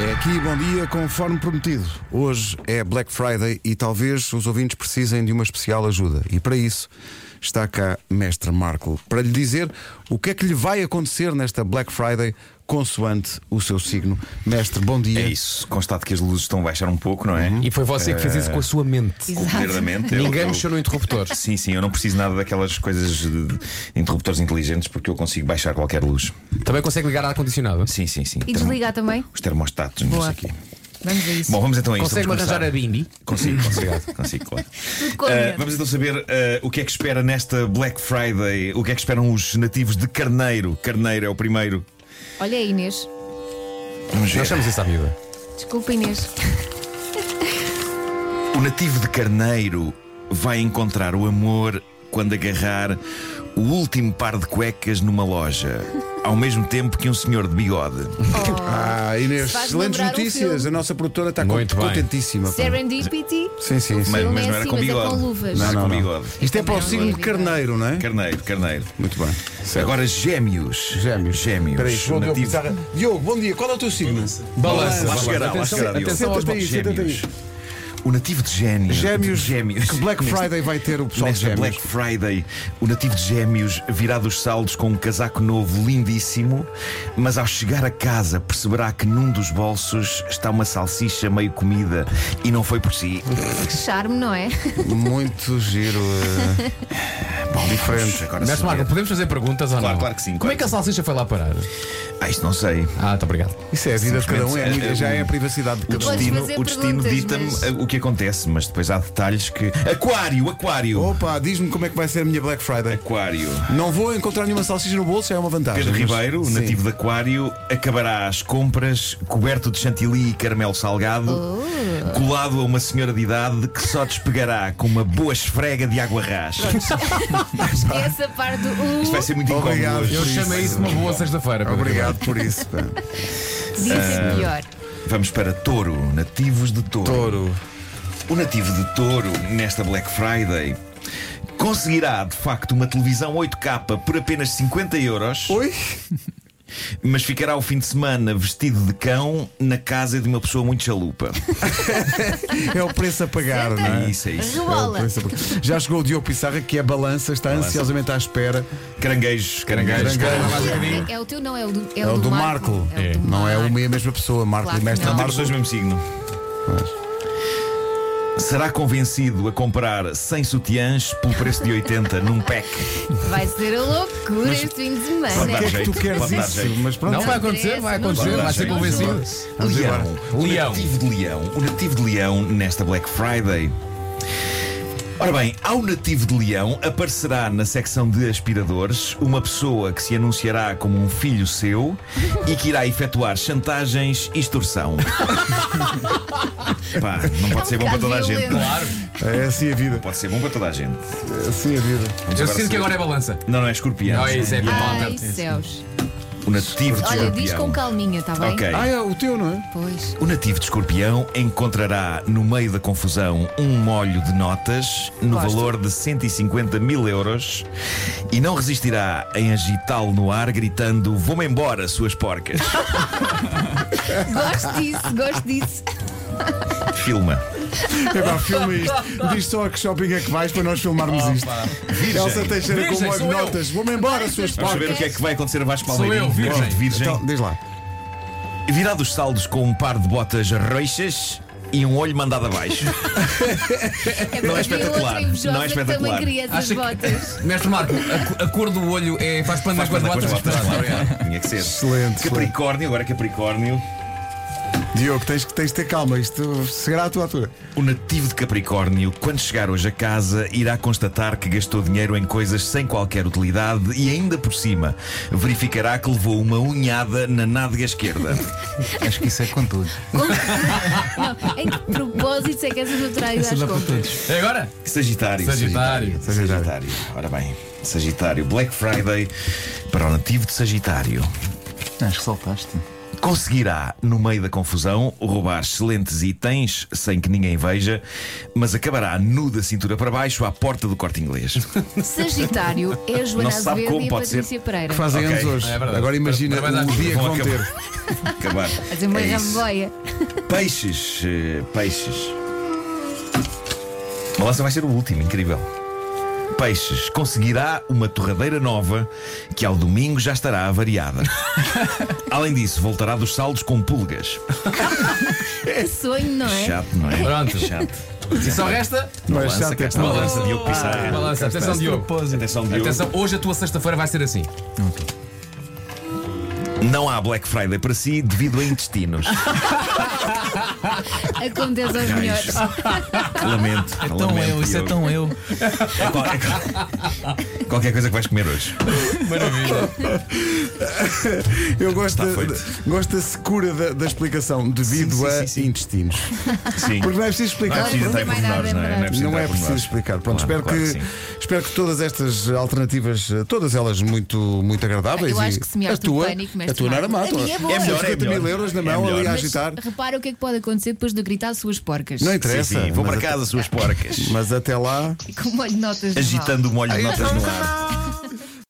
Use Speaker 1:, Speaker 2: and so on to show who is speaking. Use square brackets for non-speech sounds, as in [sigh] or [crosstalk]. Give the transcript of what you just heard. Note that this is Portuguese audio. Speaker 1: É aqui, bom dia, conforme prometido. Hoje é Black Friday e talvez os ouvintes precisem de uma especial ajuda. E para isso está cá Mestre Marco para lhe dizer o que é que lhe vai acontecer nesta Black Friday consoante o seu signo. Mestre, bom dia.
Speaker 2: É isso, constato que as luzes estão a baixar um pouco, não é?
Speaker 3: E foi você que fez isso com a sua mente.
Speaker 2: Com é o poder da mente. eu-
Speaker 3: Uhum. Ninguém
Speaker 2: eu-
Speaker 3: mexeu no interruptor.
Speaker 2: Sim, sim, eu não preciso nada daquelas coisas de de interruptores inteligentes porque eu consigo baixar qualquer luz.
Speaker 3: Também consegue ligar ar-condicionado?
Speaker 2: Sim, sim, sim.
Speaker 4: E desligar também?
Speaker 2: Os termostatos, não sei
Speaker 4: Boa.
Speaker 2: o quê.
Speaker 4: Vamos a isso.
Speaker 2: Bom, vamos então a isso.
Speaker 3: Consegue
Speaker 2: vamos
Speaker 3: arranjar
Speaker 2: começar.
Speaker 3: a bimbi?
Speaker 2: Consigo, consigo, consigo,
Speaker 4: [laughs]
Speaker 2: claro.
Speaker 4: combinado.
Speaker 2: Ah, vamos então saber ah, o que é que espera nesta Black Friday, o que é que esperam os nativos de Carneiro. Carneiro é o primeiro.
Speaker 4: Olha aí, Inês.
Speaker 2: Vamos ver.
Speaker 3: Nós chamamos isso à miúda.
Speaker 4: Desculpa, Inês.
Speaker 2: Então, O nativo de Carneiro vai encontrar o amor quando agarrar o último par de cuecas numa loja, ao mesmo tempo que um senhor de bigode.
Speaker 1: Ah, Inês,
Speaker 4: Faz-me
Speaker 1: excelentes
Speaker 4: lembrar um
Speaker 1: notícias.
Speaker 4: filme.
Speaker 1: a nossa produtora está
Speaker 3: Muito
Speaker 1: con-
Speaker 3: bem.
Speaker 1: contentíssima. pá.
Speaker 4: Serendipity.
Speaker 1: Sim, sim, sim.
Speaker 2: Mas,
Speaker 4: Não
Speaker 2: mas
Speaker 4: é
Speaker 2: não era
Speaker 4: assim,
Speaker 2: com
Speaker 4: mas é
Speaker 2: bigode.
Speaker 4: com
Speaker 2: Não,
Speaker 4: luvas. Não,
Speaker 2: era
Speaker 1: não,
Speaker 2: com
Speaker 1: não.
Speaker 2: bigode.
Speaker 1: Isto é
Speaker 4: Também
Speaker 1: para o
Speaker 4: é um
Speaker 1: signo de
Speaker 4: bigode.
Speaker 1: carneiro, não é?
Speaker 2: Carneiro, carneiro.
Speaker 1: Muito bem.
Speaker 2: Agora gêmeos.
Speaker 1: Gêmeos.
Speaker 2: Gêmeos.
Speaker 1: Espera aí, João Diogo
Speaker 2: Nativo-
Speaker 1: Pizarra. Diogo, bom dia, qual é o teu signo?
Speaker 3: Balança.
Speaker 2: Lá chegará, lá
Speaker 3: Atenção,
Speaker 2: chegará. Diogo.
Speaker 3: atenção aos
Speaker 1: Senta-te aí,
Speaker 3: botes.
Speaker 1: senta-te aí.
Speaker 2: Gêmeos. O nativo de gêmeos.
Speaker 1: Gêmeos,
Speaker 2: Gêmeos.
Speaker 1: que Black Friday vai ter o pessoal de
Speaker 2: Nesta
Speaker 1: gêmeos.
Speaker 2: Black Friday, o nativo de Gêmeos virá dos saldos com um casaco novo lindíssimo, mas ao chegar a casa perceberá que num dos bolsos está uma salsicha meio comida e não foi por si.
Speaker 4: Que
Speaker 2: então.
Speaker 4: charme, não é?
Speaker 1: Muito giro. eh,
Speaker 2: Diferente. Agora
Speaker 3: Mestre
Speaker 2: saber.
Speaker 3: Marco, podemos fazer perguntas ou
Speaker 2: Claro,
Speaker 3: não?
Speaker 2: claro que sim,
Speaker 3: Como
Speaker 2: claro
Speaker 3: é que a
Speaker 2: que
Speaker 3: salsicha foi lá parar?
Speaker 2: Ah, isto não sei.
Speaker 3: Ah, tá obrigado.
Speaker 1: Isso é a vida de cada um, é, a minha- já é a privacidade de
Speaker 2: O
Speaker 1: cada um.
Speaker 4: podes
Speaker 2: destino,
Speaker 4: fazer
Speaker 2: o destino
Speaker 4: perguntas,
Speaker 2: dita-me
Speaker 4: mas-
Speaker 2: eh, o que acontece, mas depois há detalhes que. Aquário, aquário!
Speaker 1: Opa, diz-me como é que vai ser a minha Black Friday.
Speaker 2: Aquário.
Speaker 1: Não vou encontrar nenhuma salsicha no bolso, é uma vantagem.
Speaker 2: Pedro
Speaker 1: mas-
Speaker 2: Ribeiro,
Speaker 1: Sim.
Speaker 2: nativo de Aquário, acabará as compras coberto de chantilly e caramelo salgado, colado a uma senhora de idade que só despegará com uma boa esfrega de água ras.
Speaker 4: Essa parte do. Uh,
Speaker 2: Isto vai ser muito incómodo.
Speaker 1: Obrigado.
Speaker 2: hoje.
Speaker 3: Eu
Speaker 1: Sim,
Speaker 3: chamei
Speaker 1: sim.
Speaker 3: isso de uma boa sexta-feira. Pedro
Speaker 1: Obrigado por isso. pá.
Speaker 4: Podia
Speaker 2: eh,
Speaker 4: ser melhor.
Speaker 2: Vamos para Touro, nativos de Touro.
Speaker 1: Touro.
Speaker 2: O nativo de Touro, nesta Black Friday, conseguirá de facto uma televisão 8K por apenas 50 euros.
Speaker 1: Oi?
Speaker 2: Mas ficará o fim de semana vestido de cão na casa de uma pessoa muito chalupa.
Speaker 1: É o preço a pagar, não é?
Speaker 2: É isso, é isso.
Speaker 1: É o
Speaker 4: Rola.
Speaker 1: preço a pagar. Já chegou o Diogo Pissarra, que é balança, está ansiosamente à espera.
Speaker 2: Caranguejos, caranguejos.
Speaker 3: Ribeiro.
Speaker 1: Caranguejos.
Speaker 3: Mais um bocadinho.
Speaker 4: É o teu, não é o do, é
Speaker 1: É
Speaker 4: o
Speaker 1: o do Marco.
Speaker 4: Marco.
Speaker 3: É,
Speaker 4: do
Speaker 1: Não é
Speaker 4: Marco.
Speaker 1: uma e a mesma pessoa, Marco
Speaker 4: Claro
Speaker 1: e
Speaker 4: que
Speaker 1: mestre
Speaker 4: não.
Speaker 2: Temos
Speaker 1: Marco.
Speaker 2: dois o mesmo signo. Será convencido a comprar 100 sutiãs pelo preço de 80 num pack.
Speaker 4: Vai ser a loucura este fim de
Speaker 2: Pode
Speaker 4: semana.
Speaker 2: dar
Speaker 1: que é que tu
Speaker 2: jeito,
Speaker 1: queres
Speaker 2: pode dar
Speaker 1: isso?
Speaker 2: jeito.
Speaker 1: Mas pronto.
Speaker 3: Não vai acontecer,
Speaker 4: interessa,
Speaker 3: vai
Speaker 4: não
Speaker 3: acontecer,
Speaker 2: interessa.
Speaker 3: vai ser
Speaker 2: Vamos embora.
Speaker 3: convencido.
Speaker 1: Vamos
Speaker 2: Leão.
Speaker 1: embora.
Speaker 2: O
Speaker 3: Leão.
Speaker 2: nativo de Leão. O nativo de Leão nesta Black Friday. Ora bem, ao nativo de Leão aparecerá na secção de aspiradores uma pessoa que se anunciará como um filho seu e que irá efetuar chantagens e [laughs] extorsão. Pá, não pode ser bom para toda a gente. não é?
Speaker 3: Claro.
Speaker 1: É assim a vida.
Speaker 2: Pode ser bom para toda a gente.
Speaker 1: É assim a vida.
Speaker 2: Vamos
Speaker 3: Eu sinto que
Speaker 2: saber-
Speaker 3: agora é balança.
Speaker 2: Não, não é escorpião.
Speaker 3: Não, é isso, é
Speaker 4: Ai, céus.
Speaker 2: O nativo de
Speaker 4: Olha,
Speaker 2: escorpião.
Speaker 4: diz com calminha, está bem?
Speaker 2: Ok.
Speaker 1: Ah, é o teu, não [laughs] é?
Speaker 4: Pois.
Speaker 2: O nativo de escorpião encontrará, no meio da confusão, um molho de notas no
Speaker 4: Gosto.
Speaker 2: valor de 150 mil euros e não resistirá em agitá-lo no ar gritando Vou-me embora, suas
Speaker 4: [laughs]
Speaker 2: porcas.
Speaker 4: Gosto disso, gosto disso.
Speaker 2: Filma.
Speaker 1: É pá, filma isto. Diz só a que shopping é que vais para nós filmarmos isto.
Speaker 2: Virgem.
Speaker 1: Elsa Teixeira com
Speaker 3: Virgem,
Speaker 1: boas
Speaker 3: sou eu.
Speaker 1: notas. Vou-me embora, suas
Speaker 2: Vamos
Speaker 1: porcas.
Speaker 2: saber o que é que vai acontecer a Vasco
Speaker 3: Sou
Speaker 2: Palmeirinho.
Speaker 3: eu, virgem.
Speaker 2: Pronto, virgem.
Speaker 1: Então, diz lá.
Speaker 2: Virá dos saldos com um par de botas roxas e um olho mandado
Speaker 3: [laughs]
Speaker 2: abaixo.
Speaker 4: É
Speaker 2: Não é
Speaker 4: porque havia
Speaker 2: espetacular,
Speaker 4: outra invejosa
Speaker 2: não é
Speaker 4: Que também
Speaker 2: espetacular.
Speaker 4: queria essas
Speaker 3: Acha que-
Speaker 4: botas.
Speaker 3: Mestre Marco, a, a cor do olho é, faz pano
Speaker 2: Faz
Speaker 3: com as
Speaker 2: conta com as
Speaker 3: botas.
Speaker 2: botas, claro. Tinha que ser.
Speaker 1: Excelente,
Speaker 2: Capricórnio, agora Capricórnio.
Speaker 1: Diogo, tens, que- tens de ter calma. Isto chegará à tua altura.
Speaker 2: O nativo de Capricórnio, quando chegar hoje a casa, irá constatar que gastou dinheiro em coisas sem qualquer utilidade e, ainda por cima, verificará que levou uma unhada na nádega esquerda.
Speaker 5: Acho que isso é com todos.
Speaker 4: Não, em que propósito é que essas neutralidades
Speaker 5: Isso dá para
Speaker 4: compras?
Speaker 5: todos.
Speaker 3: É agora?
Speaker 2: Sagitário.
Speaker 3: Sagitário.
Speaker 2: Sagitário. Ora bem, Sagitário. Black Friday para o nativo de Sagitário.
Speaker 5: Acho que saltaste.
Speaker 2: Conseguirá, no meio da confusão, roubar excelentes itens sem que ninguém veja, mas acabará nu da cintura para baixo à porta do corte inglês.
Speaker 4: Sagitário é a Joana
Speaker 2: Não se sabe
Speaker 4: Azevedo
Speaker 2: como
Speaker 4: e a
Speaker 2: pode ser.
Speaker 4: Patrícia Pereira.
Speaker 1: Que fazem
Speaker 2: Ok.
Speaker 1: anos hoje.
Speaker 3: É verdade.
Speaker 1: Agora imagina
Speaker 3: Mas- mas
Speaker 1: o
Speaker 3: acho que
Speaker 1: dia é que vão
Speaker 2: acabar.
Speaker 1: ter.
Speaker 2: [laughs] acabar.
Speaker 4: Fazer uma
Speaker 2: É isso.
Speaker 4: ramboia.
Speaker 2: Peixes, eh, peixes. A lança vai ser o último, incrível. Peixes conseguirá uma torradeira nova que ao domingo já estará
Speaker 4: [laughs]
Speaker 2: avariada. Além disso, voltará dos saldos com pulgas.
Speaker 4: Que sonho, não é?
Speaker 2: Chato, não é?
Speaker 3: Pronto.
Speaker 2: Chato.
Speaker 3: E só resta.
Speaker 2: Uma
Speaker 1: Mas
Speaker 2: lança,
Speaker 1: chato
Speaker 2: cá
Speaker 1: é
Speaker 2: está uma
Speaker 1: bom.
Speaker 2: lança, Diogo Pissarra.
Speaker 3: Balança, Ah, atenção, Diogo.
Speaker 2: Ah, Atenção, Diogo.
Speaker 3: Atenção, hoje a tua sexta-feira vai ser assim.
Speaker 2: Não há Black Friday para si devido a
Speaker 4: [laughs]
Speaker 2: intestinos.
Speaker 4: Acontece aos melhores.
Speaker 2: Lamento.
Speaker 3: Então
Speaker 5: Tão
Speaker 2: lamento,
Speaker 5: eu, isso é
Speaker 2: Diogo.
Speaker 5: tão
Speaker 2: [laughs]
Speaker 5: eu.
Speaker 2: É qual- é qual-
Speaker 1: [laughs]
Speaker 2: Qualquer coisa que vais comer hoje.
Speaker 3: Maravilha.
Speaker 1: Eu gosto,
Speaker 2: Está
Speaker 1: da,
Speaker 2: feito.
Speaker 1: da- gosto da secura da, da explicação, devido
Speaker 2: Sim, sim,
Speaker 1: a
Speaker 2: sim, sim.
Speaker 1: intestinos.
Speaker 2: Sim.
Speaker 1: Porque não é preciso
Speaker 2: Não é
Speaker 1: explicar.
Speaker 2: preciso
Speaker 4: não
Speaker 2: entrar
Speaker 4: tem
Speaker 2: em
Speaker 4: mais
Speaker 2: pormenores, não é?
Speaker 4: nada, não é
Speaker 2: entrar
Speaker 1: Não
Speaker 2: em
Speaker 1: é preciso
Speaker 2: pormenores.
Speaker 1: explicar. Pronto,
Speaker 2: Claro,
Speaker 1: espero,
Speaker 2: claro
Speaker 1: que,
Speaker 2: sim.
Speaker 1: espero que todas estas alternativas, eh, todas elas muito, muito agradáveis.
Speaker 4: Eu
Speaker 1: e
Speaker 4: acho que se me
Speaker 1: a
Speaker 4: abre
Speaker 1: tua,
Speaker 4: o pânico, mestre
Speaker 1: a tua não era má.
Speaker 4: Marco. A
Speaker 1: tu-
Speaker 4: minha é boa.
Speaker 2: É melhor, é
Speaker 1: 50 mil
Speaker 2: melhor.
Speaker 1: euros na
Speaker 2: É
Speaker 1: mão ali
Speaker 2: melhor.
Speaker 1: a
Speaker 4: Mas
Speaker 1: agitar.
Speaker 4: repara o que é que pode acontecer depois de gritar suas porcas.
Speaker 1: Não
Speaker 2: Sim,
Speaker 1: interessa.
Speaker 2: sim, vou
Speaker 1: mas
Speaker 2: para
Speaker 1: até-
Speaker 2: casa, suas porcas.
Speaker 1: Mas até lá.
Speaker 4: E Com molho de notas de mal.
Speaker 2: Agitando o molho de notas no ar.